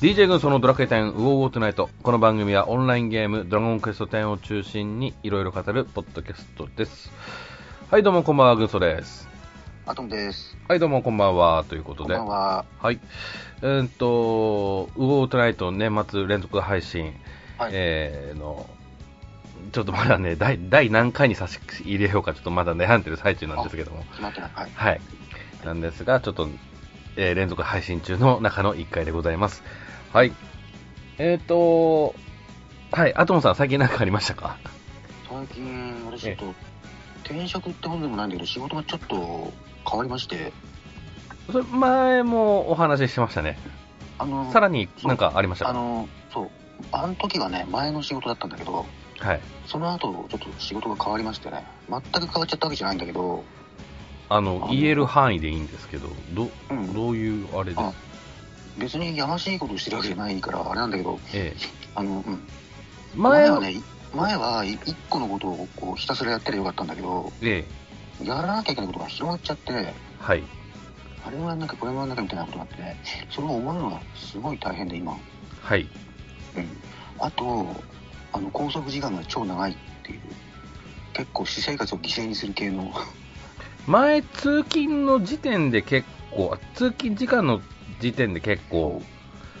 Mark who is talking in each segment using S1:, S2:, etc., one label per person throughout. S1: DJ 軍曹のドラクエ10ウォーウォートゥナイトこの番組はオンラインゲームドラゴンクエスト10を中心にいろいろ語るポッドキャストですはいどうもこんばんは軍曹です
S2: アトムです。
S1: はいどうもこんばんはということ
S2: こん
S1: で
S2: ばんは。
S1: はいえーっとウォーウォートゥナイト年末連続配信、
S2: はい。
S1: えーのちょっとまだね第第何回に差し入れようかちょっとまだ悩んでる最中なんですけども
S2: 決まってない。はい。
S1: はい。なんですが、ちょっと、えー連続配信中の中の1回でございます。はい。えっ、と、はい、アトムさん、最近何かありましたか
S2: 最近、私ちょっと、転職ってことでもないんだけど、仕事がちょっと変わりまして、
S1: それ前もお話ししましたね。
S2: あの、
S1: さらに何かありました
S2: あ
S1: か
S2: の、そう、あの時はね、前の仕事だったんだけど、
S1: はい。
S2: その後、ちょっと仕事が変わりましてね、全く変わっちゃったわけじゃないんだけど、
S1: あの、言える範囲でいいんですけど、ど、
S2: うん
S1: どういうあれです
S2: あ別にやましいことしてるわけじゃないから、あれなんだけど、
S1: ええ
S2: あの、うん。
S1: 前
S2: は
S1: は、
S2: ね、い前は一個のことをこうひたすらやったらよかったんだけど、
S1: ええ
S2: やらなきゃいけないことが広がっちゃって、
S1: はい。
S2: あれはなんかこれはなんかみたいなことがあってね、それを思うのがすごい大変で今。
S1: はい。
S2: うん。あと、あの、拘束時間が超長いっていう、結構私生活を犠牲にする系の、
S1: 前、通勤の時点で結構、あ通勤時間の時点で結構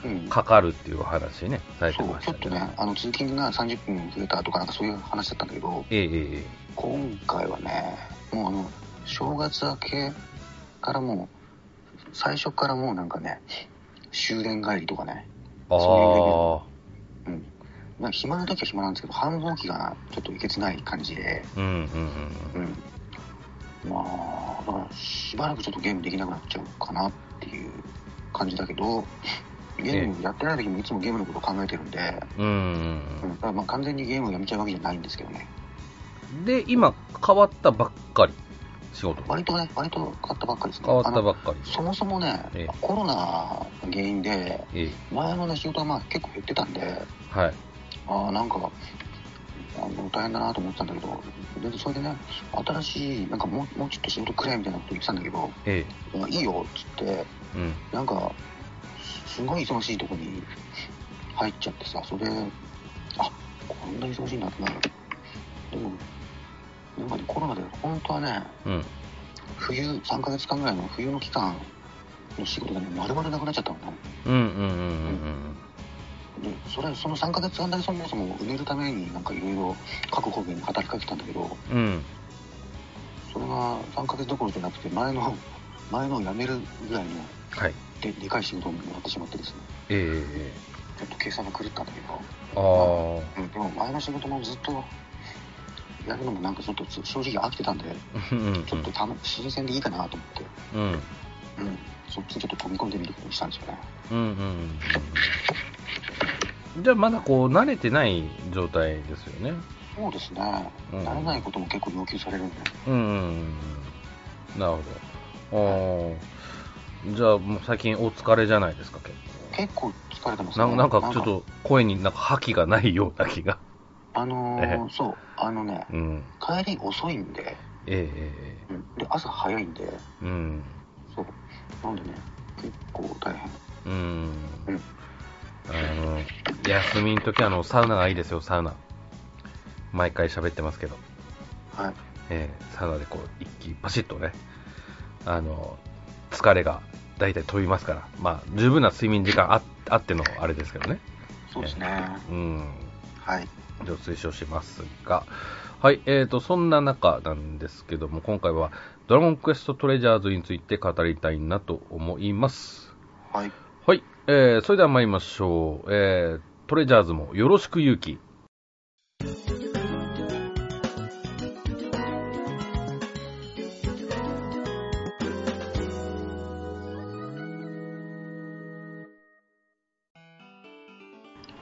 S2: うん。
S1: かかるっていうお話ね、されて
S2: そう
S1: ま、し
S2: ちょ
S1: た
S2: っとね、あの、通勤が30分増えたとかなんかそういう話だったんだけど、
S1: ええええええ
S2: 今回はね、もうあの、正月明けからもう、最初からもうなんかね、終電帰りとかね、
S1: ああ
S2: そ、まあ暇な時は暇なんですけど、繁忙期がちょっといけつない感じで、
S1: うんうん
S2: うん。まあ、だからしばらくちょっとゲームできなくなっちゃうかなっていう感じだけど、ゲームやってない時もいつもゲームのことを考えてるんで、
S1: うん。うんうん
S2: うん、だからまあ完全にゲームをやめちゃうわけじゃないんですけどね。
S1: うん。で、今、変わったばっかり、仕事が。
S2: 割とね、割と変わったばっかりですね。
S1: 変わった
S2: あの
S1: ばっかり。
S2: そもそもね、
S1: ええ
S2: コロナが原因で、
S1: ええ
S2: 前のね、仕事はまあ結構減ってたんで、
S1: はい。
S2: ああ、なんか、あの大変だなと思ってたんだけど、でそれでね、新しい、なんかもうもうちょっと仕事くれみたいなこと言ってたんだけど、
S1: え
S2: まあいいよっつって、
S1: えうん。
S2: なんか、すすごい忙しいとこに入っちゃってさ、それで、あこんな忙しいんだってなる。でも、なんかね、コロナで本当はね、
S1: うん。
S2: 冬、3ヶ月間ぐらいの冬の期間の仕事がね、まるまるなくなっちゃったのね。
S1: うんうんうんうん
S2: で、それ、その3ヶ月間でそもそも埋めるために、なんかいろいろ各方面に働きかけたんだけど、
S1: うん。うん。
S2: それが3ヶ月どころじゃなくて、前の、前のを辞めるぐらいの
S1: はい。
S2: ででかい仕事をもらってしまってですね、
S1: えええ
S2: ちょっと計算が狂ったんだけど、
S1: えあ
S2: うん、でも前の仕事もずっとやるのもなんかちょっと正直飽きてたんで、
S1: あ。うんうん
S2: ちょっとたの新鮮でいいかなと思って、
S1: うん。うん
S2: うん、そっちにちょっと飛び込んでみることにしたんですよね。
S1: うんうんうん。じゃあ、まだこう、慣れてない状態ですよね。
S2: そうですね、
S1: うん
S2: 慣れないことも結構要求されるんで、
S1: うんうんうん。なるほど。ああ。じゃあ、もう最近お疲れじゃないですか、結構。
S2: 結構疲れてます
S1: な
S2: ね。
S1: んかなんかちょっ、と声になんか覇気がないような気が。
S2: あのーそう、あのね、
S1: うん。
S2: 帰り遅いんで、
S1: えええ
S2: うん、で朝早いんで、
S1: えうん。
S2: そう、なんでね、結構大変。
S1: うん
S2: うん。
S1: あの、休みの時あの、サウナがいいですよ、サウナ。毎回喋ってますけど。
S2: はい、
S1: ええサウナでこう、一気、パシッとね。あの、疲れが大体飛びますから。まあ、十分な睡眠時間ああってのあれですけどね。
S2: そうですね、
S1: うん。
S2: はい、
S1: を推奨しますが、はい、えーと、そんな中なんですけども、今回はドラゴンクエストトレジャーズについて語りたいなと思います。
S2: はい、
S1: はい、えー、それでは参りましょう。えー、トレジャーズもよろしく勇気。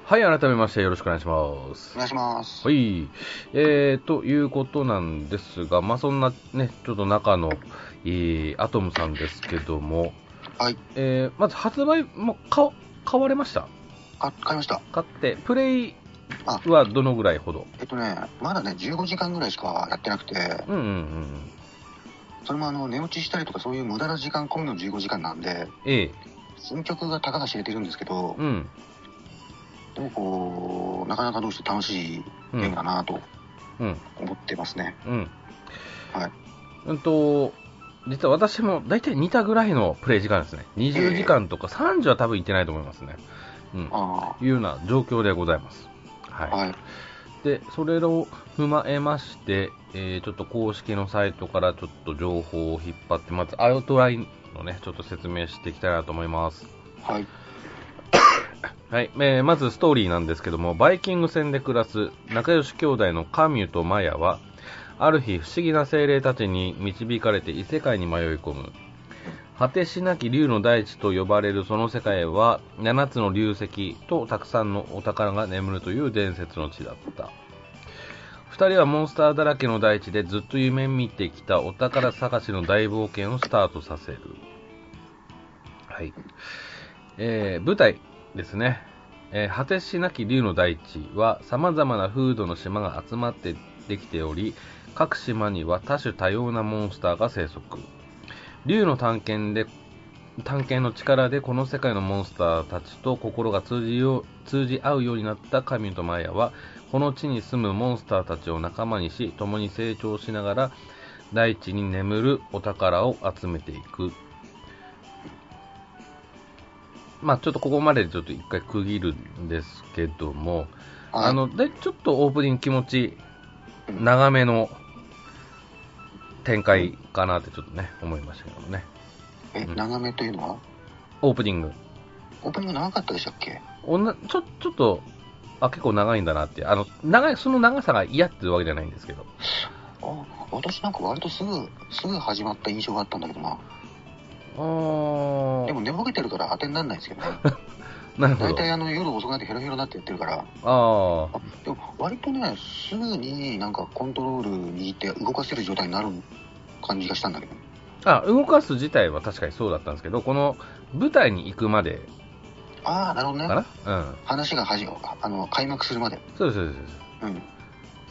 S1: はい、改めましてよろしくお願いします
S2: お。願いします。
S1: はい。えー、ということなんですが、まあ、そんなね、ちょっと中の、えーアトムさんですけども、
S2: はい。
S1: えーまず発売、もか、買われました
S2: あ、買いました。
S1: 買って、プレイ
S2: あ
S1: はどのぐらいほど
S2: えっとね、まだね、15時間ぐらいしかやってなくて、
S1: うんうんうん。
S2: それもあの、寝落ちしたりとかそういう無駄な時間込みの15時間なんで、
S1: ええ
S2: 新曲がたかが知れてるんですけど、
S1: うん。
S2: でもこう、なかなかどうして楽しい
S1: うん
S2: ゲームだなと
S1: うん。
S2: 思ってますね。
S1: うん。
S2: はい。
S1: うんと、実は私も大体似たぐらいのプレイ時間ですね。20時間とか30は多分いってないと思いますね。うん。
S2: あ
S1: いうような状況でございます。
S2: あ、
S1: は
S2: はい。
S1: い。で、それを踏まえまして、えーちょっと公式のサイトからちょっと情報を引っ張って、まずアウトラインのね、ちょっと説明していきたいなと思います。
S2: はい。
S1: はい、えーまずストーリーなんですけども、バイキング船で暮らす仲良し兄弟のカミュとマヤは、ある日不思議な精霊たちに導かれて異世界に迷い込む。果てしなき竜の大地と呼ばれるその世界は、7つの竜石とたくさんのお宝が眠るという伝説の地だった。二人はモンスターだらけの大地でずっと夢見てきたお宝探しの大冒険をスタートさせる。はい。えー舞台ですね、えー果てしなき竜の大地は様々な風土の島が集まってできており各島には多種多様なモンスターが生息竜の探検で探検の力でこの世界のモンスターたちと心が通じよう通じ合うようになったカミュとマヤはこの地に住むモンスターたちを仲間にし共に成長しながら大地に眠るお宝を集めていくまあ、ちょっとここまででちょっと一回区切るんですけども、
S2: はい
S1: あ、のでちょっとオープニング気持ち
S2: うん
S1: 長めの展開かなってちょっとね思いましたけどもね
S2: え、
S1: うん
S2: 長めというのは
S1: オープニング
S2: オープニング長かったでしたっけ
S1: おなちょちょっとあ結構長いんだなってあの長いその長さが嫌っていうわけじゃないんですけど
S2: あ私なんか割とすぐ、すぐ始まった印象があったんだけどな。
S1: あ
S2: でも
S1: あ
S2: 寝ぼけてるから当てにならないですけどね。
S1: なるほ
S2: 大
S1: ど
S2: 体あの夜遅くなってヘロヘロになってやってるから。
S1: あ
S2: あでも割とね、すぐになんかコントロール握って動かせる状態になる感じがしたんだけど。
S1: ーあ動かす自体は確かにそうだったんですけどこの舞台に行くまで
S2: ああ、なるほどね。
S1: かなうん
S2: 話が始まあの開幕するまで。
S1: そうですそうですそうです
S2: うん。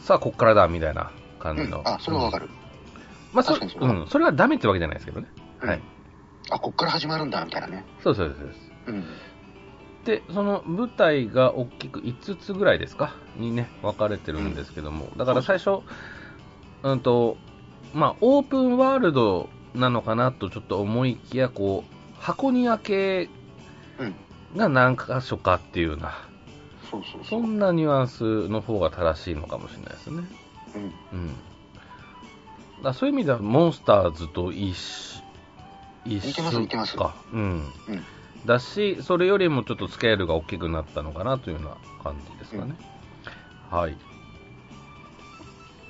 S1: さあ、こっからだ、みたいな感
S2: う
S1: じ
S2: ん
S1: の。、
S2: あ、それはわか
S1: る。
S2: る。
S1: まあ、そ
S2: 確かにそう
S1: う
S2: だ
S1: ん、それはダメってわけじゃないですけどね。
S2: うん
S1: はい。
S2: あ、こっから始まるんだ、みたいなね。
S1: そうそうそうです。
S2: うん。
S1: で、その舞台が大きく5つぐらいですかにね、分かれてるんですけども、だから最初、うんと、まあ、オープンワールドなのかなとちょっと思いきや、こう、箱庭系
S2: うん。
S1: が何箇所かっていうような、
S2: そうそうそ
S1: そ
S2: うん
S1: なニュアンスの方が正しいのかもしれないですね。
S2: うん。
S1: うん、だそういう意味ではモンスターズと一緒一
S2: 似てます
S1: 緒
S2: 似てます
S1: か、うん
S2: うん
S1: だしそれよりもちょっとスケールが大きくなったのかなというような感じですかね、はい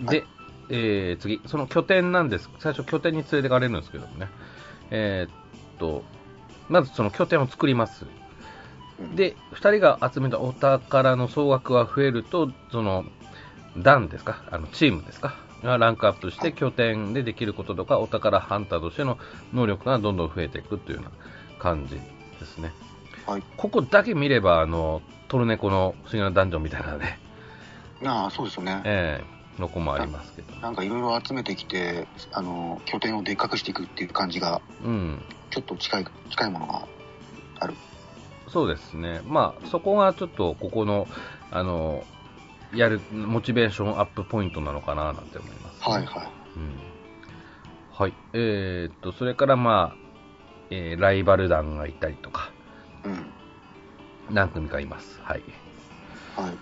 S2: は
S1: で、えー次その拠点なんです最初拠点に連れてかれるんですけどもねえーっとまずその拠点を作ります
S2: うん、
S1: で、2人が集めたお宝の総額が増えると、その、団ですか、あのチームですか、がランクアップして拠点でできることとか、お宝ハンターとしての能力がどんどん増えていくというような感じですね。
S2: はい
S1: ここだけ見れば、あの、トルネコの不思議なダンジョンみたいなね、
S2: ああ、そうですよね。
S1: ええの子もありますけど。
S2: なんかいろいろ集めてきて、あの、拠点をでっかくしていくっていう感じが、
S1: うん。
S2: ちょっと近い、近いものがある。
S1: そうですね。まあ、そこがちょっと、ここの、あの、やる、モチベーションアップポイントなのかな、なんて思います、
S2: はいはい。
S1: うんはい。えーっと、それからまあ、えーライバル団がいたりとか、
S2: うん。
S1: 何組かいます。はい。
S2: はい。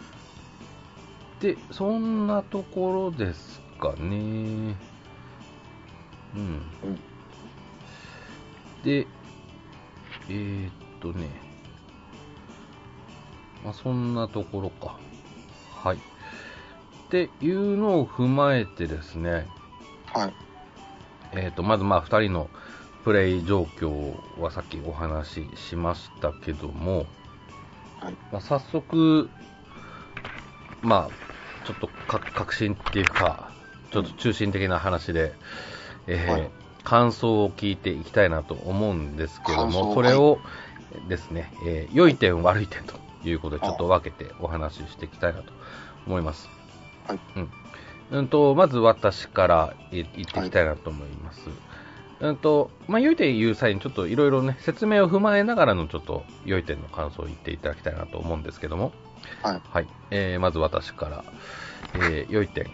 S1: で、そんなところですかね。うん。
S2: うん
S1: で、えーっとね、まあ、そんなところか。はい。っていうのを踏まえてですね、
S2: はい。
S1: えー、とまずまあ2人のプレイ状況はさっきお話ししましたけども、
S2: はい
S1: まあ、早速、まあ、ちょっとか革新っていうか、ちょっと中心的な話で、えー
S2: はい
S1: 感想を聞いていきたいなと思うんですけど
S2: 感想
S1: も、それをですね、えー良い点、悪い点ということで、ちょっと分けてお話ししていきたいなと思います。
S2: はい
S1: うんうんと、まず私からえ言っていきたいなと思います。うんと、まあ、良い点言う際にちょっといろいろね、説明を踏まえながらのちょっと良い点の感想を言っていただきたいなと思うんですけども、
S2: はい。
S1: はい。えー、まず私から、えー、良い点、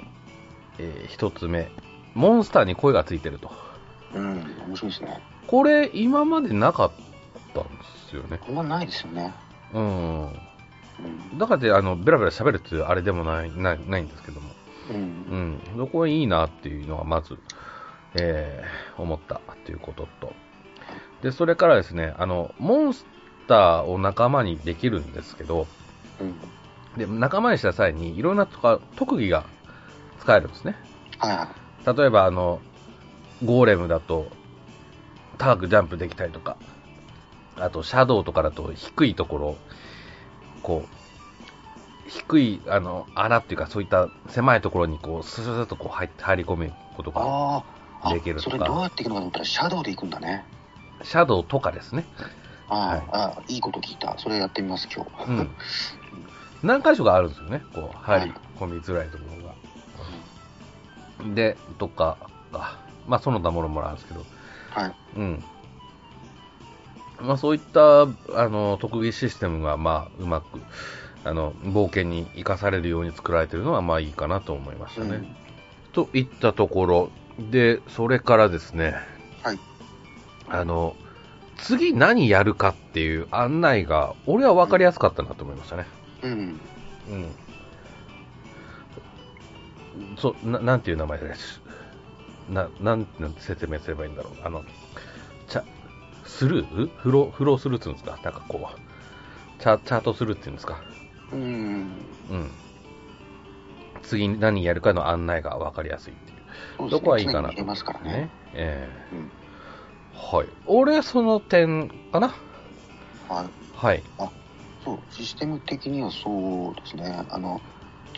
S1: えー、一つ目、モンスターに声がついてると。
S2: うん、面白いですね。
S1: これ、今までなかったんですよね。
S2: こんなのないですよね。
S1: うん。
S2: うん。
S1: だからで、あの、ベラベラ喋るっていうあれでもない、ない、ないんですけども。
S2: う。
S1: うんん、そこはいいなっていうのがまず、えー思ったということと、で、それからですね、あの、モンスターを仲間にできるんですけど、
S2: うん。
S1: で、仲間にした際に、いろんなとか特技が使えるんですね。
S2: はいは
S1: 例えば、あの、ゴーレムだと、高くジャンプできたりとか、あと、シャドウとかだと、低いところを、こう、低い、あの、穴っていうか、そういった狭いところに、こう、スススッとこう入っ入り込めること
S2: い。
S1: が、
S2: ああ。あ
S1: できるとか
S2: それどうやっていくのかと思ったら、シャドウで行くんだね。
S1: シャドウとかですね。は
S2: あ
S1: い
S2: ーあー、いいこと聞いた。それやってみます、今日。
S1: うん。何箇所かあるんですよね、こう、入り込みづらいところが。で、とかが、まあ、その他もろもろあるんですけど、
S2: はい。
S1: うん。まあ、そういった、あの、特技システムが、まあ、うまく、あの、冒険に生かされるように作られているのは、まあ、いいかなと思いましたね。
S2: うん
S1: といったところで、それからですね、
S2: はい。
S1: あの、次何やるかっていう案内が、俺は分かりやすかったなと思いましたね。
S2: うん。
S1: うん。そ、ななんていう名前だっけな、なん、なんて説明すればいいんだろう。あの、チャ、スルーフロー、フロースルーって言うんですかなんかこう、チャ、チャートスルーって言うんですか
S2: うん。
S1: うん。次に何やるかの案内が分かりやすいっていう。
S2: そうです
S1: ど
S2: ね
S1: こはいいかな
S2: 常に見えますからね。。
S1: え
S2: うん。
S1: えはい。俺、その点かな
S2: はい。
S1: はい。
S2: そう、システム的にはそうですね。あの、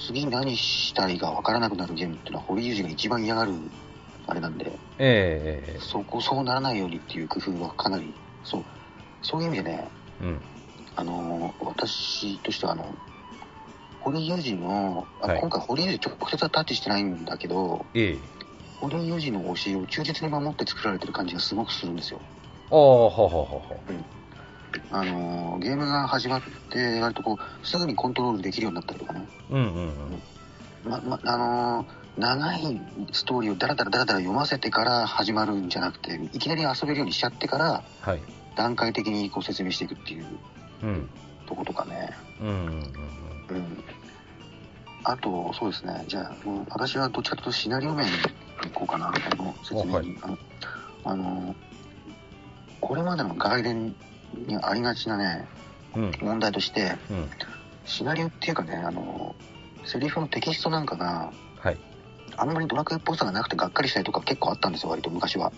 S2: 次何したいか分からなくなるゲームっていうのは、堀裕二が一番嫌がる、あれなんで、
S1: えええええ
S2: そこ、そうならないようにっていう工夫はかなり、そう、そういう意味でね、
S1: えうん。
S2: あの、私としては、あの、堀裕二の、あ
S1: はい
S2: 今回堀裕二直接はタッチしてないんだけど、
S1: ええ
S2: 堀裕二の教えを忠実に守って作られてる感じがすごくするんですよ。
S1: ああ、はははは。
S2: あの、ゲームが始まって、割とこう、すぐにコントロールできるようになったりとかね。
S1: うんうんうん。
S2: ま、ま、あのー長いストーリーをダラダラダラダラ読ませてから始まるんじゃなくて、いきなり遊べるようにしちゃってから、
S1: はい。
S2: 段階的にこう説明していくっていう
S1: うん。
S2: とことかね。
S1: うんうんうんうん。
S2: うん。あと、そうですね。じゃあ、もう私はどっちかというとシナリオ面に行こうかな、あの説明に。あの、あのーこれまでの外伝にありがちなね、
S1: うん。
S2: 問題として、
S1: うん。
S2: シナリオっていうかね、あのーセリフのテキストなんかが、
S1: はい。
S2: あんまりドラクエっぽさがなくてがっかりしたりとか結構あったんですよ、割と昔は。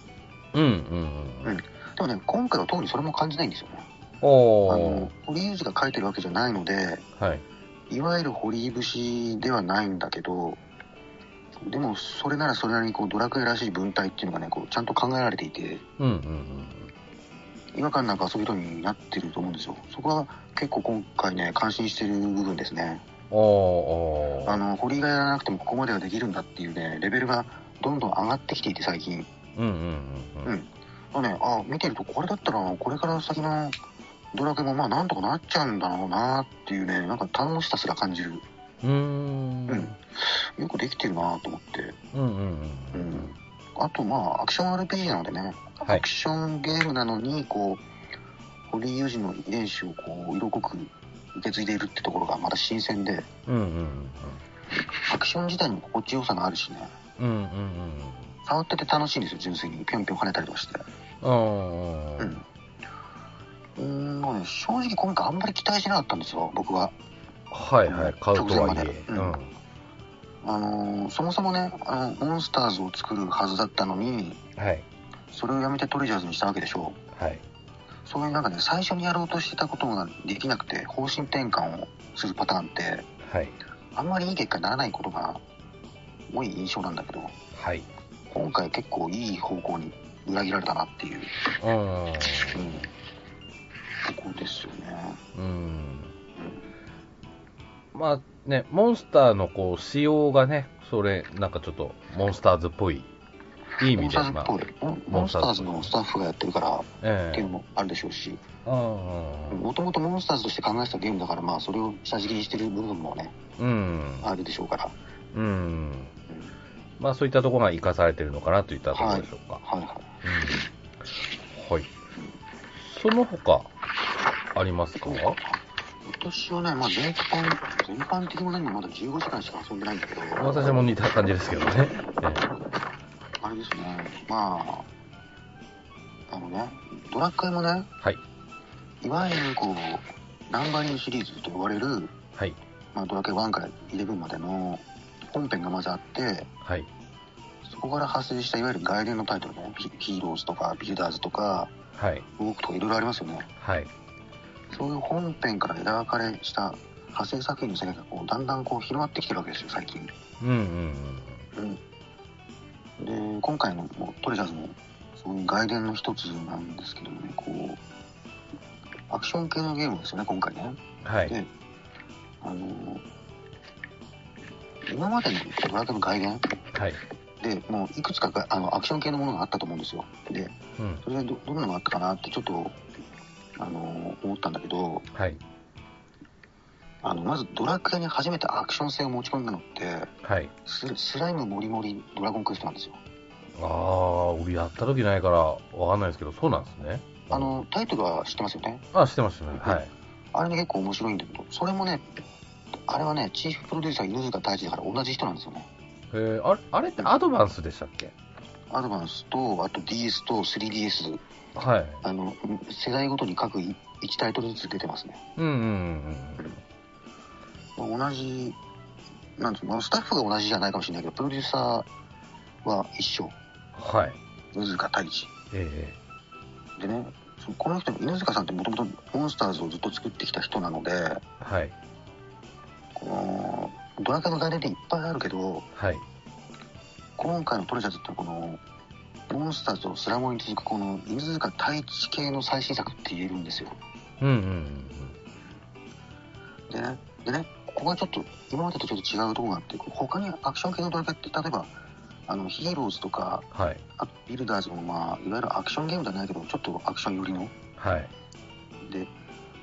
S1: うんうんうん。
S2: でもね、今回は特にそれも感じないんですよね。あ
S1: お
S2: の
S1: お。、
S2: 堀井ゆずが書いてるわけじゃないので、
S1: はい。
S2: いわゆる堀井節ではないんだけど、でもそれならそれなりにこうドラクエらしい文体っていうのがね、こうちゃんと考えられていて、
S1: うんうん
S2: 違和感なんか遊び人になってると思うんですよ。そこは結構今回ね、感心してる部分ですね。
S1: うん。おお
S2: あ。の、堀井がやらなくてもここまではできるんだっていうね、レベルがどんどん上がってきていて最近。
S1: うんうんうんう
S2: うんん。まあね、あ見てるとこれだったらこれから先のドラクエもまあなんとかなっちゃうんだろうなっていうねなんか楽しさすら感じる
S1: うーん。
S2: うんよくできてるなと思って
S1: うんうんう
S2: うんん。あとまあアクション RPG なのでね、
S1: はい
S2: アクションゲームなのにこう堀井雄二の遺伝子をこう色濃く受け継いでいるってところがまた新鮮で
S1: うんうんうん
S2: アクション自体にも心地よさがあるしね
S1: うんうんうん
S2: 触ってて楽しいんですよ純粋にぴょんぴょん跳ねたりとかして
S1: うん。お
S2: う
S1: ー
S2: んうーんもうね正直今回あんまり期待しなかったんですよ僕は
S1: はいはい。買うとはいえ。う。
S2: うんん
S1: うん
S2: あのーそもそもねあのモンスターズを作るはずだったのに
S1: はい。
S2: それをやめてトレジャーズにしたわけでしょ
S1: はい。
S2: そういうなんかね最初にやろうとしてたことができなくて方針転換をするパターンって
S1: はい。
S2: あんまりいい結果にならないことが多い印象なんだけど
S1: はい。
S2: 今回結構いい方向に裏切られたなっていう、
S1: うーん。
S2: うん、とこですよね
S1: うん。まあね、モンスターのこう、仕様がね、それ、なんかちょっと、モンスターズっぽいいい意味で、
S2: モンスターズっぽい、モンスターズのスタッフがやってるから
S1: え
S2: っていうの
S1: え
S2: もあるでしょうし、
S1: ああ
S2: もともとモンスターズとして考えてたゲームだから、まあ、それを下敷きにしてる部分もね、
S1: うん、
S2: あるでしょうから、
S1: うん、まあそういったところが生かされてるのかなといったところでしょうか。
S2: はいはい。
S1: うんはい。その他、ありますか
S2: 今年はね、まあ、全般、全般的に何もまだ15時間しか遊んでないんだけど、
S1: 私も似た感じですけどね。
S2: あれですね、まあ、あのね、ドラッカイもね、
S1: はい。
S2: いわゆるこう、ナンバリングシリーズと呼ばれる、
S1: はい。
S2: まあ、ドラクエ1から11までの本編がまずあって、
S1: はい。
S2: そこから発生したいわゆる外伝のタイトルね、ヒヒーローズとかビルダーズとか、
S1: はい。
S2: ウォークとかいろいろありますよね。
S1: はい。
S2: そういう本編から枝分かれした派生作品の世界がこうだんだんこう広まってきてるわけですよ、最近。
S1: うんうん
S2: で今回のもうトレジャーズもそういう外伝の一つなんですけどねこうアクション系のゲームですよね今回ね
S1: うん。はい。
S2: であの今までのドラクエの外伝
S1: はい。
S2: でもういくつかがあのアクション系のものがあったと思うんですよで
S1: うん。
S2: それでどどんなのがあったかなってちょっとあの思ったんだけど
S1: はい。
S2: あのまずドラクエに初めてアクション性を持ち込んだのって
S1: はい。
S2: ススライムモリモリドラゴンクエストなんですよ
S1: ああ、俺やった時ないからわかんないですけど、そうなんですね。
S2: あのタイトルは知ってますよね
S1: あ、知ってましたね。はい。
S2: あれね結構面白いんだけど、それもね、あれはね、チーフプロデューサー、犬塚大地だから同じ人なんですよね。
S1: えー、あれ、あれってアドバンスでしたっけ
S2: アドバンスと、あと DS と 3DS、
S1: はい。
S2: あの、世代ごとに各1タイトルずつ出てますね。
S1: うんうんうん
S2: 同じ、なんつうの、スタッフが同じじゃないかもしれないけど、プロデューサーは一緒、
S1: うん。はい。
S2: 犬塚大地。
S1: え
S2: でね、そのこの人、犬塚さんってもともとモンスターズをずっと作ってきた人なので、
S1: えはい。
S2: この、ドラクエの概念っていっぱいあるけど、
S1: はい。
S2: 今回のトレジャーズってこのモンスターズとスラモに続くこの犬塚太一系の最新作って言えるんですよ
S1: うんうんうん
S2: でねでねここがちょっと今までとちょっと違うところがあって他にアクション系のドラクエって例えばあのヒーローズとか
S1: うん。はい。
S2: あとビルダーズもまあいわゆるアクションゲームじゃないけどちょっとアクション寄りの
S1: はい。
S2: で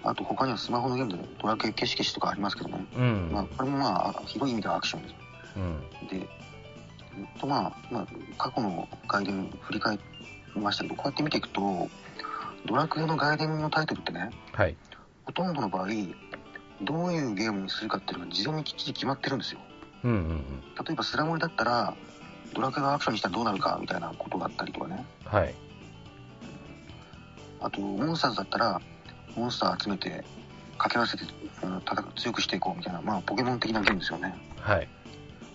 S2: あと他にはスマホのゲームでドラクエ消し消しとかありますけどね、
S1: うん。
S2: まあこれもまあ広い意味ではアクションです
S1: うん。
S2: で、ずっとまあ、まあ、過去の外伝振り返りましたけど、こうやって見ていくと、ドラクエの外伝のタイトルってね、
S1: はい。
S2: ほとんどの場合、どういうゲームにするかっていうのが事前にきっちり決まってるんですよ。
S1: うんうんうん。
S2: 例えばスラモリだったら、ドラクエがアクションにしたらどうなるかみたいなことだったりとかね。
S1: はい。
S2: あと、モンスターズだったら、モンスター集めて、掛け合わせて、うん、戦う強くしていこうみたいな、まあ、ポケモン的なゲームですよね。
S1: はい。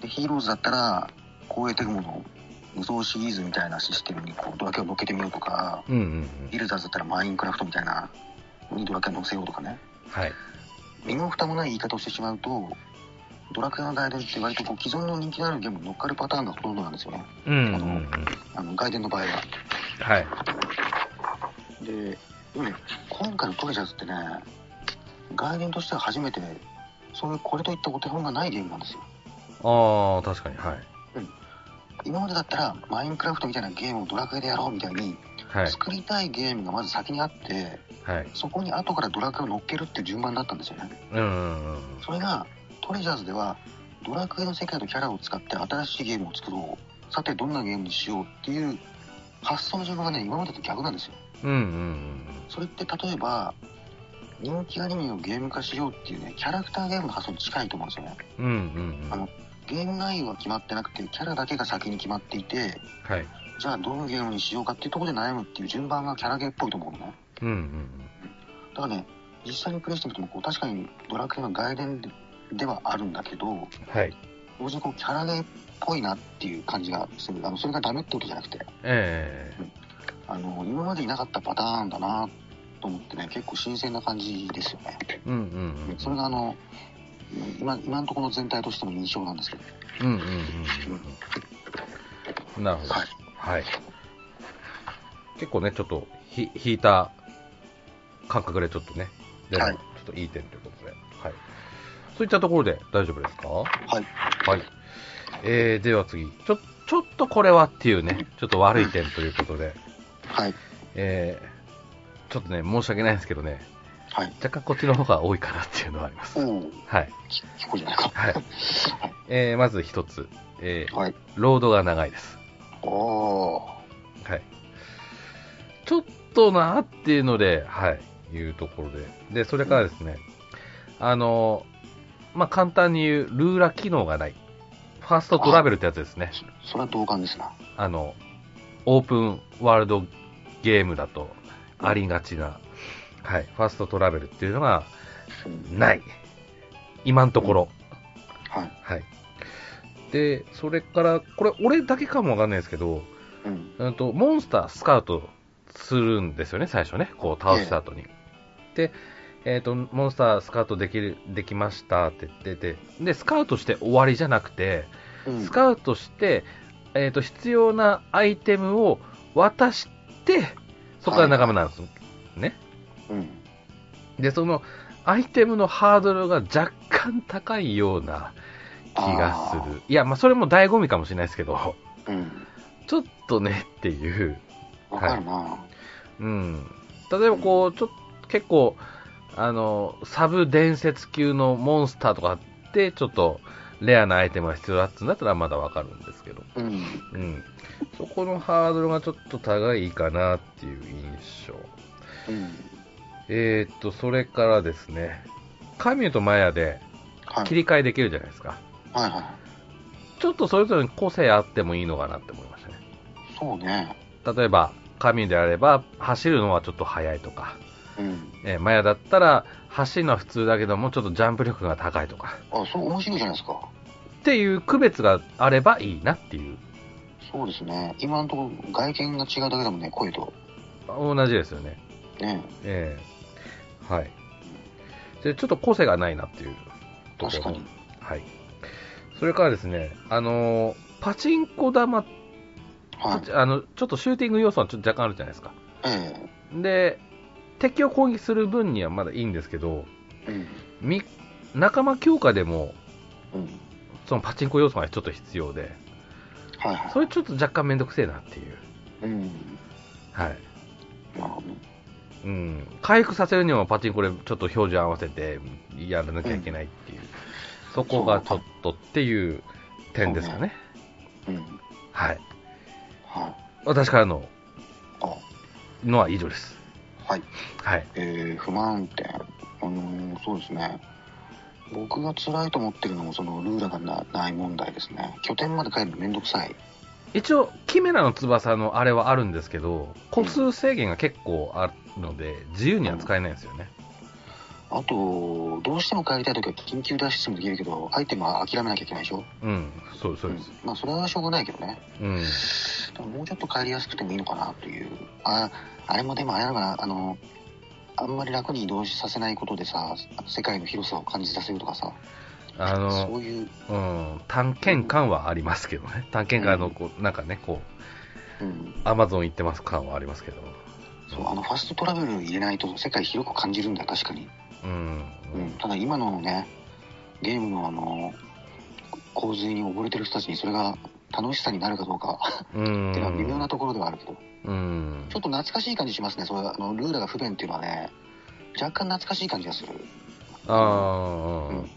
S2: でヒーローズだったら光栄テクモの無双シリーズみたいなシステムにこうドラケを乗っけてみようとか
S1: うんうんうん。
S2: ビルダーズだったらマインクラフトみたいなのにドラケを乗せようとかね
S1: はい。
S2: 身も蓋もない言い方をしてしまうとドラクエの代伝って割とこう既存の人気のあるゲームに乗っかるパターンがほとんどなんですよね
S1: うんうんうん。
S2: あの外伝の場合は
S1: はい。
S2: ででもね今回のトレジャーズってね外伝としては初めてそういうこれといったお手本がないゲームなんですよ
S1: ああ、確かに。はい。
S2: 今までだったらマインクラフトみたいなゲームをドラクエでやろうみたいに
S1: はい。
S2: 作りたいゲームがまず先にあって
S1: はい。
S2: そこに後からドラクエを乗っけるっていう順番だったんですよね
S1: うんうんうん。
S2: それがトレジャーズではドラクエの世界のキャラを使って新しいゲームを作ろうさてどんなゲームにしようっていう発想の順番がね今までと逆なんですよ
S1: うんうん
S2: それって例えば人気アニメをゲーム化しようっていうねキャラクターゲームの発想に近いと思うんですよね
S1: うん。うんうんうん。
S2: ゲーム内容は決まってなくてキャラだけが先に決まっていて
S1: はい。
S2: じゃあどういうゲームにしようかっていうところで悩むっていう順番がキャラゲーっぽいと思うのね
S1: うんうん。
S2: だからね、実際にプレイしてみてもこう、確かにドラクエの外伝でではあるんだけど、
S1: はい。
S2: 同時にこうキャラゲーっぽいなっていう感じがする。あの、それがダメってことじゃなくて、
S1: ええ
S2: あの、今までになかったパターンだなと思ってね、結構新鮮な感じですよね。
S1: うんうんうん。
S2: それがあの、今、今のところ全体としての印象なんですけど。
S1: うんうんうん。なるほど。
S2: はい。
S1: はい。結構ね、ちょっとひ引いた感覚でちょっとね、でも
S2: はい
S1: ちょっといい点ということで、はい。そういったところで大丈夫ですか
S2: はい。
S1: はい。えー、では次、ちょっちょっとこれはっていうね、ちょっと悪い点ということで、
S2: はい。
S1: えー、ちょっとね、申し訳ないんですけどね、
S2: はい。
S1: 若干こっちの方が多いかなっていうのはあります。
S2: お
S1: はい。
S2: お、き聞こえじゃないか。
S1: はい。えー、まず一つ、えー、
S2: はい。
S1: ロードが長いです。
S2: おお
S1: はい。ちょっとなーっていうので、はい、いうところで。で、それからですね、あの、まあ、簡単に言う、ルーラ機能がない。ファーストトラベルってやつですね
S2: ー。。そそれは同感ですな。
S1: あの、オープンワールドゲームだとありがちな、はい、ファーストトラベルっていうのが
S2: うん
S1: ない。今のところ。
S2: はい。
S1: はい。で、それから、これ俺だけかもわかんないですけど、
S2: うん。
S1: うんと、モンスタースカウトするんですよね、最初ね。こう倒した後に。で、えっ、と、モンスタースカウトできる、できましたって出て、で、スカウトして終わりじゃなくて、
S2: うん
S1: スカウトして、えっ、と、必要なアイテムを渡して、そこから仲間なんです、ね。
S2: うん。
S1: で、その、アイテムのハードルが若干高いような気がす
S2: あ
S1: る。いや、まあ、それも醍醐味かもしれないですけど、
S2: うん。
S1: ちょっとねっていう。
S2: わかるな。
S1: うん、例えばこう、ちょっと結構、あの、サブ伝説級のモンスターとかって、ちょっとレアなアイテムが必要だってんだったらまだわかるんですけど、
S2: うん。
S1: うん。そこのハードルがちょっと高いかなっていう印象。
S2: うん。
S1: えー、っと、それからですね、カミューとマヤで
S2: はい。
S1: 切り替えできるじゃないですか。
S2: はいはい。
S1: ちょっとそれぞれに個性あってもいいのかなって思いましたね。
S2: そうね。
S1: 例えば、カミューであれば、走るのはちょっと速いとか、
S2: うん。
S1: えーマヤだったら走るのは普通だけどもちょっとジャンプ力が高いとか
S2: あ、そう、面白いじゃないですか。
S1: っていう区別があればいいなっていう
S2: そうですね。今のところ、外見が違うだけでもね、声と。
S1: 同じですよね
S2: ね。
S1: ええはいでちょっと個性がないなっていうところ
S2: 確かに。
S1: はいそれからですねあのーパチンコ玉、
S2: はい
S1: パ。チあのちょっとシューティング要素はちょっと若干あるじゃないですか
S2: え
S1: で敵を攻撃する分にはまだいいんですけど
S2: えうん。
S1: み仲間強化でも
S2: うん。
S1: そのパチンコ要素がちょっと必要で
S2: はいはい。
S1: それちょっと若干めんどくせえなっていう。
S2: うん。
S1: はい。
S2: なるほどね。
S1: うん。回復させるにもパチンコでちょっと表示合わせてやらなきゃいけないっていう。そこがちょっとっていう点ですかね。
S2: うん。
S1: はい。
S2: はい。
S1: 私からの
S2: あ、
S1: のは以上です。
S2: はい。
S1: はい。
S2: えー、不満点。うーん、そうですね。僕が辛いと思ってるのも、その、ルーラがなない問題ですね。拠点まで帰るのめんどくさい。
S1: 一応、キメラの翼のあれはあるんですけど、個数制限が結構あるので、自由には使えないんですよね。
S2: あと、どうしても帰りたいときは緊急脱出もできるけど、アイテムは諦めなきゃいけないでしょ
S1: うん。そうです、そうです。
S2: んまあ、それはしょうがないけどね。
S1: うん。
S2: でももうちょっと帰りやすくてもいいのかなという。あ、あれもでもあれだから、あの、あんまり楽に移動させないことでさ、世界の広さを感じさせるとかさ、
S1: あの、
S2: そういう、
S1: うん、探検感はありますけどね。探検感の、こう、なんかね、こう、
S2: うん、
S1: アマゾン行ってます感はありますけど。
S2: そう、あの、ファストトラベル入れないと世界広く感じるんだよ、確かに。
S1: うん。
S2: うん、ただ今のね、ゲームのあの、洪水に溺れてる人たちにそれが楽しさになるかどうか、
S1: うん。
S2: っていうのは微妙なところではあるけど、
S1: うん
S2: ちょ。っと懐かしい感じしますね、それはあのルーラが不便っていうのはね、若干懐かしい感じがする。
S1: ああ、うん。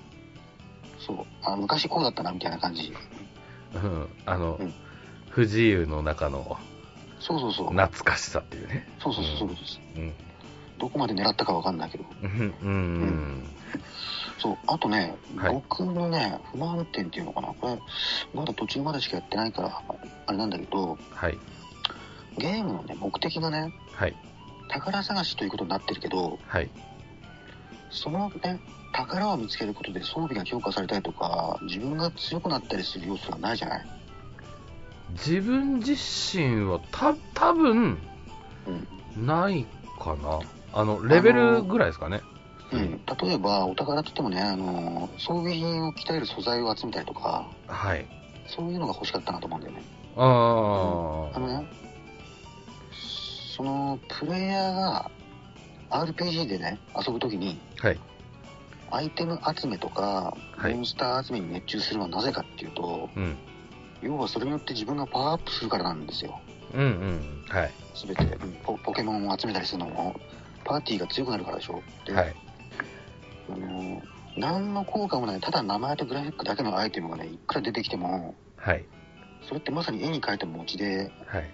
S2: そうあ昔こうだったなみたいな感じ
S1: うん あの
S2: うん、
S1: 不自由の中の
S2: そうそうそう
S1: 懐かしさっていうね。
S2: そうそうそうそうです
S1: うん。
S2: どこまで狙ったかわかんないけど
S1: うん。うん。
S2: そうあとね、
S1: はい
S2: 僕のね不満点っていうのかなこれまだ途中までしかやってないからあれなんだけど
S1: はい。
S2: ゲームのね目的がね
S1: はい。
S2: 宝探しということになってるけど
S1: はい。
S2: そのね宝を見つけることで装備が強化されたりとか自分が強くなったりする要素がないじゃない、
S1: 自分自身は、た、多分
S2: うん
S1: ないかな。あの、レベルぐらいですかね。
S2: うん、例えばお宝って言ってもねあの装備品を鍛える素材を集めたりとか
S1: はい。
S2: そういうのが欲しかったなと思うんだよね
S1: あ
S2: あのね、そのプレイヤーが RPG でね、遊ぶときに、
S1: あ。はい。
S2: アイテム集めとか、
S1: はい
S2: モンスター集めに熱中するのはなぜかっていうと、
S1: うん。
S2: 要はそれによって自分がパワーアップするからなんですよ。
S1: うんうん。はい。
S2: 全て、うんポポケモンを集めたりするのも、パーティーが強くなるからでしょ。で
S1: はい。
S2: あの何の効果もない、ただ名前とグラフィックだけのアイテムがね、いくら出てきても、
S1: はい。
S2: それってまさに絵に描いた餅で、
S1: はい。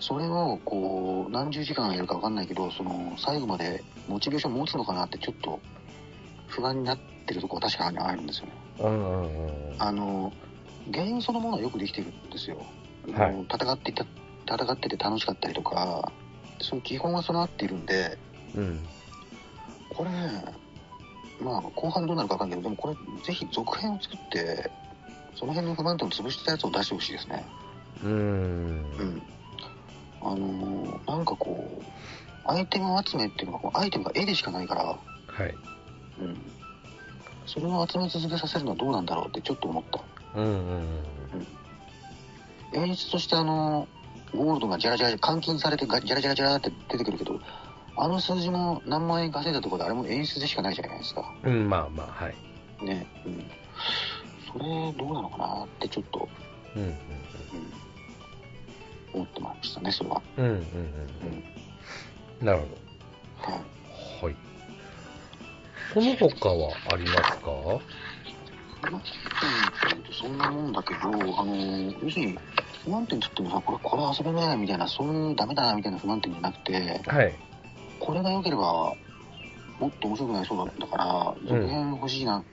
S2: それをこう、何十時間やるか分かんないけど、その、最後までモチベーション持つのかなってちょっと、不安になってるところは確かにあるんですよね。
S1: うんうんうんうん。
S2: あの、ゲームそのものはよくできてるんですよ。
S1: はい
S2: もう戦っていた、戦ってて楽しかったりとか、その基本は備わっているんで、
S1: うん。
S2: これね、まあ、後半どうなるかわかんないけど、でもこれ、ぜひ続編を作って、その辺の不満点を潰したやつを出してほしいですね。
S1: うーん。
S2: うん。あのーなんかこう、アイテム集めっていうのがこう、アイテムが絵でしかないから、
S1: はい。
S2: うん。それを集め続けさせるのはどうなんだろうってちょっと思った。
S1: うんうん
S2: 演出としてあのゴールドがジャラジャラ換金されてがジャラジャラジャラって出てくるけどあの数字も何万円稼いだところであれも演出でしかないじゃないですか
S1: うん。うん、まあまあ、はい。
S2: ねうんそれどうなのかなってちょっと、
S1: うんうん
S2: うん、思ってましたねそれは、
S1: うん。うんうん
S2: うん
S1: うん。なるほ
S2: はい、
S1: ど。はい。その他はありますか
S2: 不満点ってそんなもんだけどあの要するに不満点って言ってもさこれこれ遊べないみたいなそういうダメだなみたいな不満点じゃなくて
S1: はい。
S2: これが良ければもっと面白くなりそうなんだから
S1: ん
S2: 続編欲しいなっ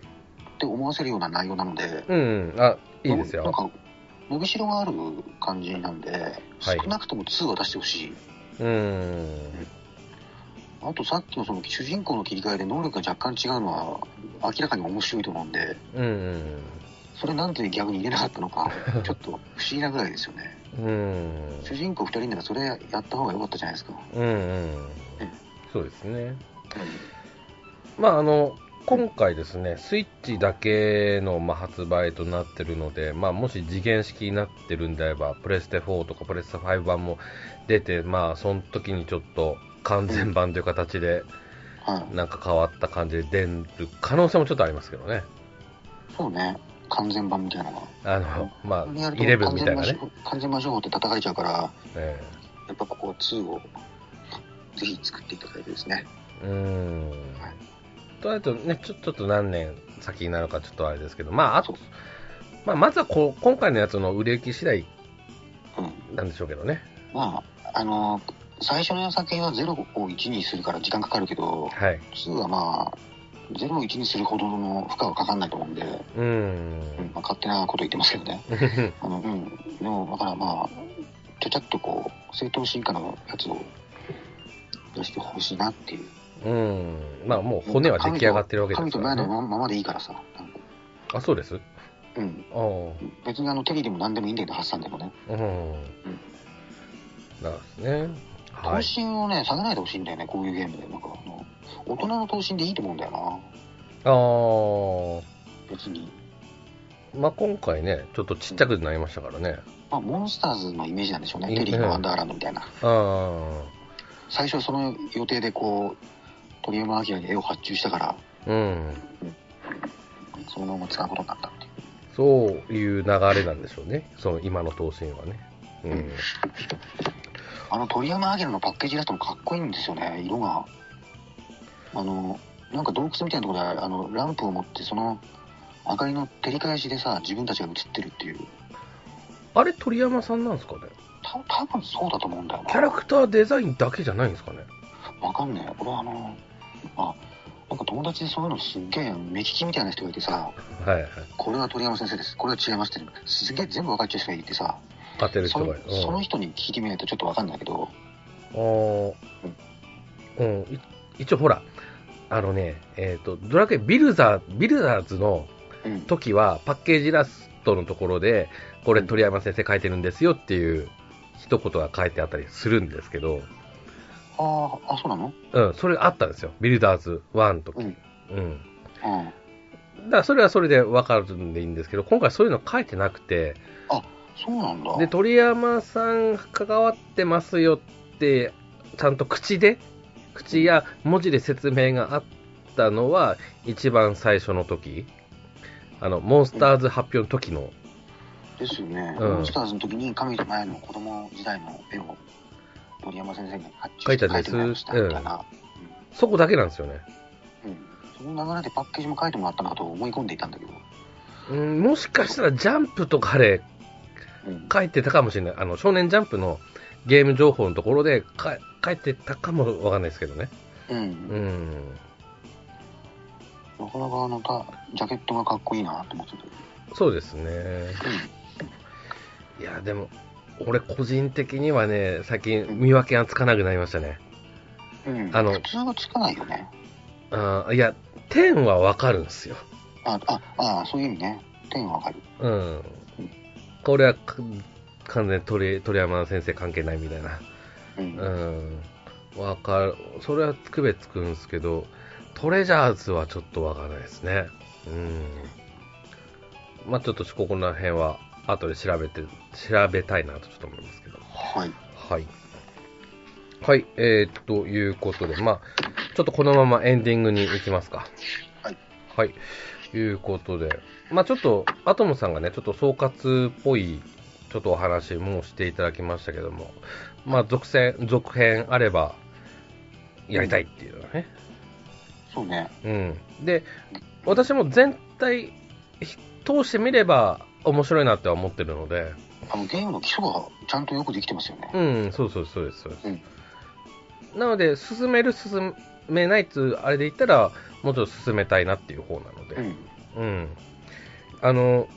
S2: て思わせるような内容なので、
S1: うんうん。あ、いいです
S2: なん
S1: よ。
S2: か伸びしろがある感じなんで
S1: はい
S2: 少なくとも2は出してほしい、
S1: うーん。
S2: あとさっきのその主人公の切り替えで能力が若干違うのは明らかに面白いと思うんで
S1: うんうん
S2: それなんで逆に入れなかった のかちょっと不思議なぐらいですよね
S1: うん。うん。
S2: 主人公2人ならそれやった方が良かったじゃないですか、
S1: うんうん。そうですね。
S2: う
S1: まあ、あの、今回ですね、スイッチだけの、まあ、発売となってるので、まあ、もし次元式になってるんであれば、プレステ4とかプレステ5版も出て、まあ、その時にちょっと完全版という形で、
S2: んはい、
S1: なんか変わった感じで出る可能性もちょっとありますけどね。
S2: そうね完全版みたいなのが
S1: あの、まあ、
S2: これやると
S1: 11みたいなね。
S2: 完全版情報って叩かれちゃうから
S1: え
S2: やっぱここは2をぜひ作っていただいてですね。
S1: えうーん。とあえずね、ちょちょっと何年先になるかちょっとあれですけど、まあ、あと
S2: そう、
S1: まあ、まずはこう今回のやつの売れ行き次第
S2: うん。
S1: なんでしょうけどね。
S2: まあ、あの最初の作品は0を1にするから時間かかるけど、
S1: はい。
S2: 2はまあ、0を1にするほどの負荷はかかんないと思うんで、
S1: うーん。
S2: うんまあ、勝手なこと言ってますけどね。あの、うん。でも、だからまあ、ちゃちゃっとこう、正当進化のやつを出してほしいなっていう。
S1: うん。まあ、もう骨は出来上がってるわけで
S2: 神
S1: す
S2: と
S1: から、
S2: 前の
S1: ね。
S2: まままでいいからさ。なんか
S1: あ、そうです。あ
S2: うん。
S1: あ。うん。
S2: 別にあの、テレビでも何でもいいんだけど、発散でもね。
S1: なるほどね。は
S2: 投
S1: い。
S2: 資をね、下げないでほしいんだよね、こういうゲームで。なんかあの、大人の投資でいいと思うんだよな、
S1: ああ。
S2: 別に。
S1: まあ、今回ね、ちょっとちっちゃくなりましたからね。
S2: まあ、モンスターズのイメージなんでしょうね、
S1: うん
S2: テリーのワンダーランドみたいな。
S1: あ
S2: 最初はその予定でこう、鳥山明に絵を発注したから、
S1: あ。うん。
S2: そのまま使うことになったっていう。
S1: そういう流れなんでしょうね。その今の投資はね。うん。
S2: あの、鳥山明のパッケージイラストもかっこいいんですよね、色が。あの、なんか洞窟みたいなところで、あの、ランプを持って、その、明かりの照り返しでさ、自分たちが映ってるっていう。
S1: あれ、鳥山さんなんですかね
S2: た多分そうだと思うんだよな。
S1: キャラクターデザインだけじゃないんですかね
S2: わかんねえ。俺はあの、あ、なんか友達でそういうのすっげえ目利きみたいな人がいてさ、
S1: はいはい。
S2: これは鳥山先生です、これは違いますって、すっげえ全部分かっちゃう人がいてさ、
S1: 当てる人
S2: その
S1: がいる。
S2: その人に聞いてみないとちょっとわかんないけど、
S1: うん。あーうん。い一応ほら、あのね、えっ、と、ドラクエビルザー、ビルザーズの
S2: うん。
S1: 時はパッケージイラストのところで、これ鳥山先生書いてるんですよっていう一言が書いてあったりするんですけど、
S2: ああ、あ、そうなの
S1: うん、それあったんですよ。ビルダーズ1の時。
S2: うん
S1: うん
S2: うん。
S1: だからそれはそれで分かるんでいいんですけど、今回そういうの書いてなくて、
S2: そうなんだ。
S1: で、鳥山さん関わってますよって、ちゃんと口で、口や文字で説明があったのは、一番最初の時、あの、モンスターズ発表の時の
S2: ですよね。
S1: うん
S2: モンスターズの時に神と前の子供時代の絵を鳥山先生に発注
S1: 書いたんです
S2: 書いてもらいましたみたいな。
S1: そこだけなんですよね。
S2: うん。その流れでパッケージも書いてもらったなと思い込んでいたんだけど。
S1: うん、もしかしたらジャンプとかで
S2: うん。
S1: 書いてたかもしれない。あの、少年ジャンプのゲーム情報のところでか書いてたかもわかんないですけどね。
S2: う。
S1: うんん。
S2: なかなかあのた、ジャケットがかっこいいなと思ってて。
S1: そうですね。いや、でも、俺個人的にはね、最近見分けがつかなくなりましたね。
S2: うん。うん
S1: あの
S2: 普通はつかないよね。
S1: あーいや、10はわかるんですよ。
S2: あ、あ、ああ、そういう意味ね。点はわかる。
S1: うん。これはか完全に鳥鳥山先生関係ないみたいな。
S2: うん。
S1: うん。わかる。それはつくべつくんですけど、トレジャーズはちょっとわからないですね。うん。まあちょっとここら辺は後で調べて、調べたいなとちょっと思いますけど。
S2: はい。
S1: はい。はい、えー、ということで、まあちょっとこのままエンディングに行きますか。
S2: はい。
S1: はい。いうことで、まあちょっと、アトムさんがね、ちょっと総括っぽい、ちょっとお話もしていただきましたけども、まあ続編、続編あれば、やりたいっていうのはね。
S2: そうね。
S1: うん。で、私も全体、通してみれば、面白いなっては思ってるので、
S2: あの、ゲームの基礎がちゃんとよくできてますよね。
S1: うん、そうそうそうです、そうです。なので、進める、進めないっつうあれで言ったら、もうちょっと進めたいなっていう方なの
S2: う
S1: で、
S2: ん。
S1: うん。あの、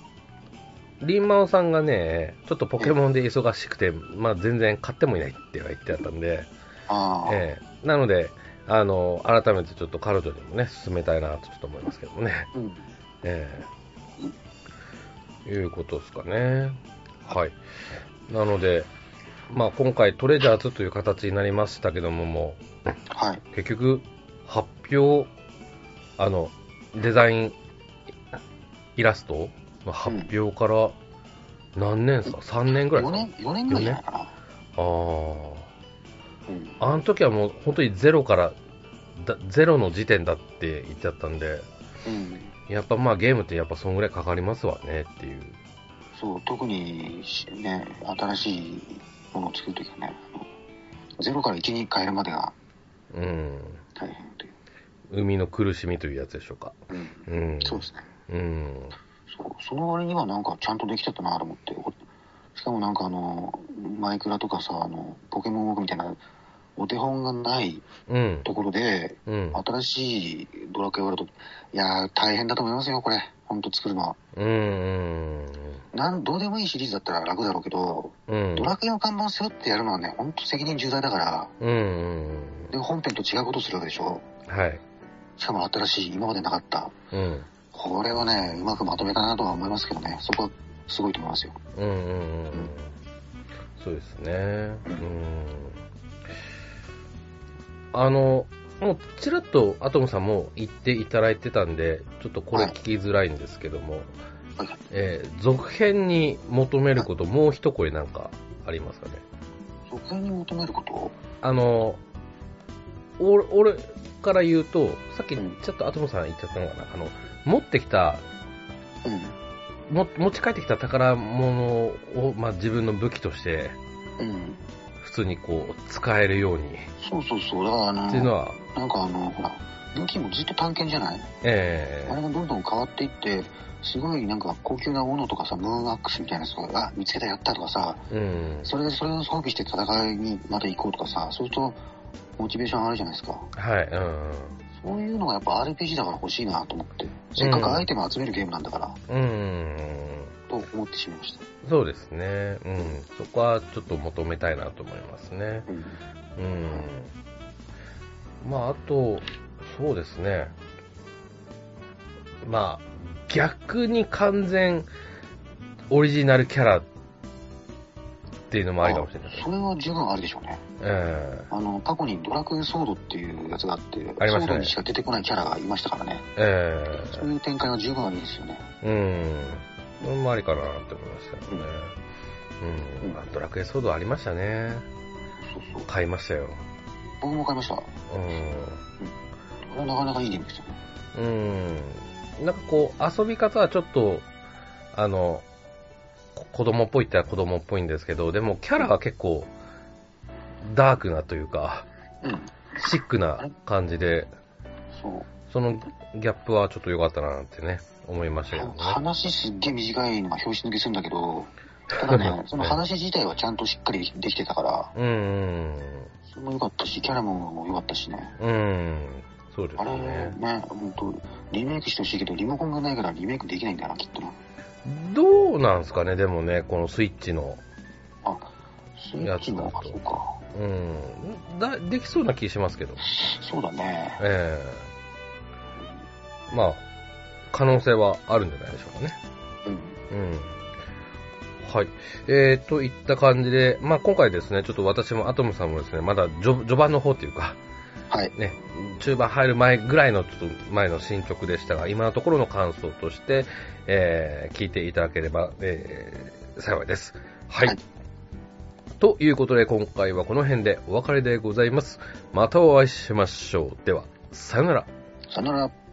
S1: リンマオさんがね、ちょっとポケモンで忙しくて、まあ全然買ってもいないっては言ってあったんで、
S2: ああ。
S1: ええなので、あの、改めてちょっと彼女にもね、進めたいなとちょっと思いますけどもね。
S2: うん。
S1: ええいうことですかね。はい。なので、まあ今回トレジャーズという形になりましたけども、も
S2: はい。
S1: う結局発表、あの、デザイン、イラストの発表から何年ですか、?3 年ぐらい
S2: 4
S1: かな
S2: 年、4年ぐらいじゃないかな。
S1: あー
S2: うん。
S1: あの時はもう本当にゼロから、だゼロの時点だって言っちゃったんで、
S2: うん。
S1: やっぱまあゲームってやっぱそんぐらいかかりますわねっていう。
S2: そう、特にしね、新しいものを作るときはね、あのゼロから1に変えるまでが
S1: うん。
S2: 大変という。
S1: 生みの苦しみというやつでしょうか。
S2: うん。
S1: うん。
S2: そうですね。
S1: うん。
S2: そう、その割にはなんかちゃんとできてたなと思って、おしかもなんかあの、マイクラとかさ、あの、ポケモンウォークみたいな、お手本がない
S1: うん。
S2: ところで、
S1: うん。
S2: 新しいドラクエワールド、いやー、大変だと思いますよ、これ。ほんと作るのは。
S1: うん。
S2: なん、どうでもいいシリーズだったら楽だろうけど、
S1: うん。
S2: ドラクエの看板背負ってやるのはね、ほんと責任重大だから、
S1: うん。うん。
S2: で、本編と違うことするわけでしょ。
S1: はい。
S2: しかも新しい、今までなかった。
S1: うん。
S2: これはね、うまくまとめたなとは思いますけどね、そこはすごいと思いますよ。
S1: うん。うん。うん。そうですね。うん。あの、もうちらっとアトムさんも言っていただいてたんで、ちょっとこれ聞きづらいんですけども、
S2: はい
S1: えー続編に求めること、もう一声なんかありますかね
S2: 続編に求めること
S1: あの、俺、俺から言うと、さっきち
S2: うん
S1: ょっとアトムさん言っちゃったのかな、あの、持ってきた、
S2: うん。
S1: も持ち帰ってきた宝物を、まあ、自分の武器として、
S2: うん。
S1: 普通にこう、使えるように、
S2: そうそうそう。だからあの、
S1: っていうのは、
S2: なんかあの、ほら、武器もずっと探検じゃない
S1: え
S2: あれがどんどん変わっていって、すごいなんか高級な斧とかさ、ムーンアックスみたいなやつとか、あ、見つけたやったとかさ、
S1: えうん、
S2: それでそれを装備して戦いにまた行こうとかさ、そうすると、モチベーション上がるじゃないですか。
S1: はい、うん、
S2: そういうのがやっぱ RPG だから欲しいなと思って、せっかくアイテム集めるゲームなんだから、
S1: うん、
S2: と思ってしまいました。
S1: そうですね、うん、そこはちょっと求めたいなと思いますね。
S2: うん。
S1: うん。まあ、あと、そうですね。まあ、逆に完全オリジナルキャラっていうのもありかもしれないです
S2: そ
S1: ね。
S2: れは十分あるでしょうね。
S1: え
S2: あの、過去にドラクエソードっていうやつがあって、
S1: ありましたね
S2: ソードにしか出てこないキャラがいましたからね。
S1: ええ
S2: そういう展開は十分ありですよね。
S1: えうん。それもありかなって思いましたよね。うん。まあドラクエソードありましたね。
S2: そうそう。
S1: 買いましたよ。
S2: 僕も買いました。これはなかなかいいゲームですよね。
S1: うん。うん。なんかこう、遊び方はちょっと、あの、こ子供っぽいったら子供っぽいんですけど、でもキャラは結構、ダークなというか、
S2: うん、
S1: シックな感じで、
S2: そう。
S1: そのギャップはちょっと良かったなってね、思いましたけどね。
S2: 話すっげえ短いのが表紙抜けするんだけど、ただ
S1: ね
S2: ね、その話自体はちゃんとしっかりできてたから、
S1: うんうん
S2: それも良かったし、キャラも良かったしね。
S1: うん、うん、そうです
S2: あれ
S1: ね。
S2: ね、本当リメイクしてほしいけど、リモコンがないからリメイクできないんだな、きっとな。
S1: どうなんですかね、でもね、このスイッチの。
S2: スイッチの、
S1: や
S2: あ
S1: つだと
S2: そうか。
S1: うん、だできそうな気しますけど。
S2: そうだね。
S1: ええまあ、可能性はあるんじゃないでしょうかね。
S2: うん。
S1: うん。はい。えー、といった感じで、まあ今回ですね、ちょっと私もアトムさんもですね、まだ序序盤の方というか、
S2: はい。
S1: ね、中盤入る前ぐらいのちょっと前の進捗でしたが、今のところの感想として、えー聞いていただければ、えー幸いです。はい。
S2: はい
S1: ということで、今回はこの辺でお別れでございます。またお会いしましょう。では、さよなら。
S2: さよなら。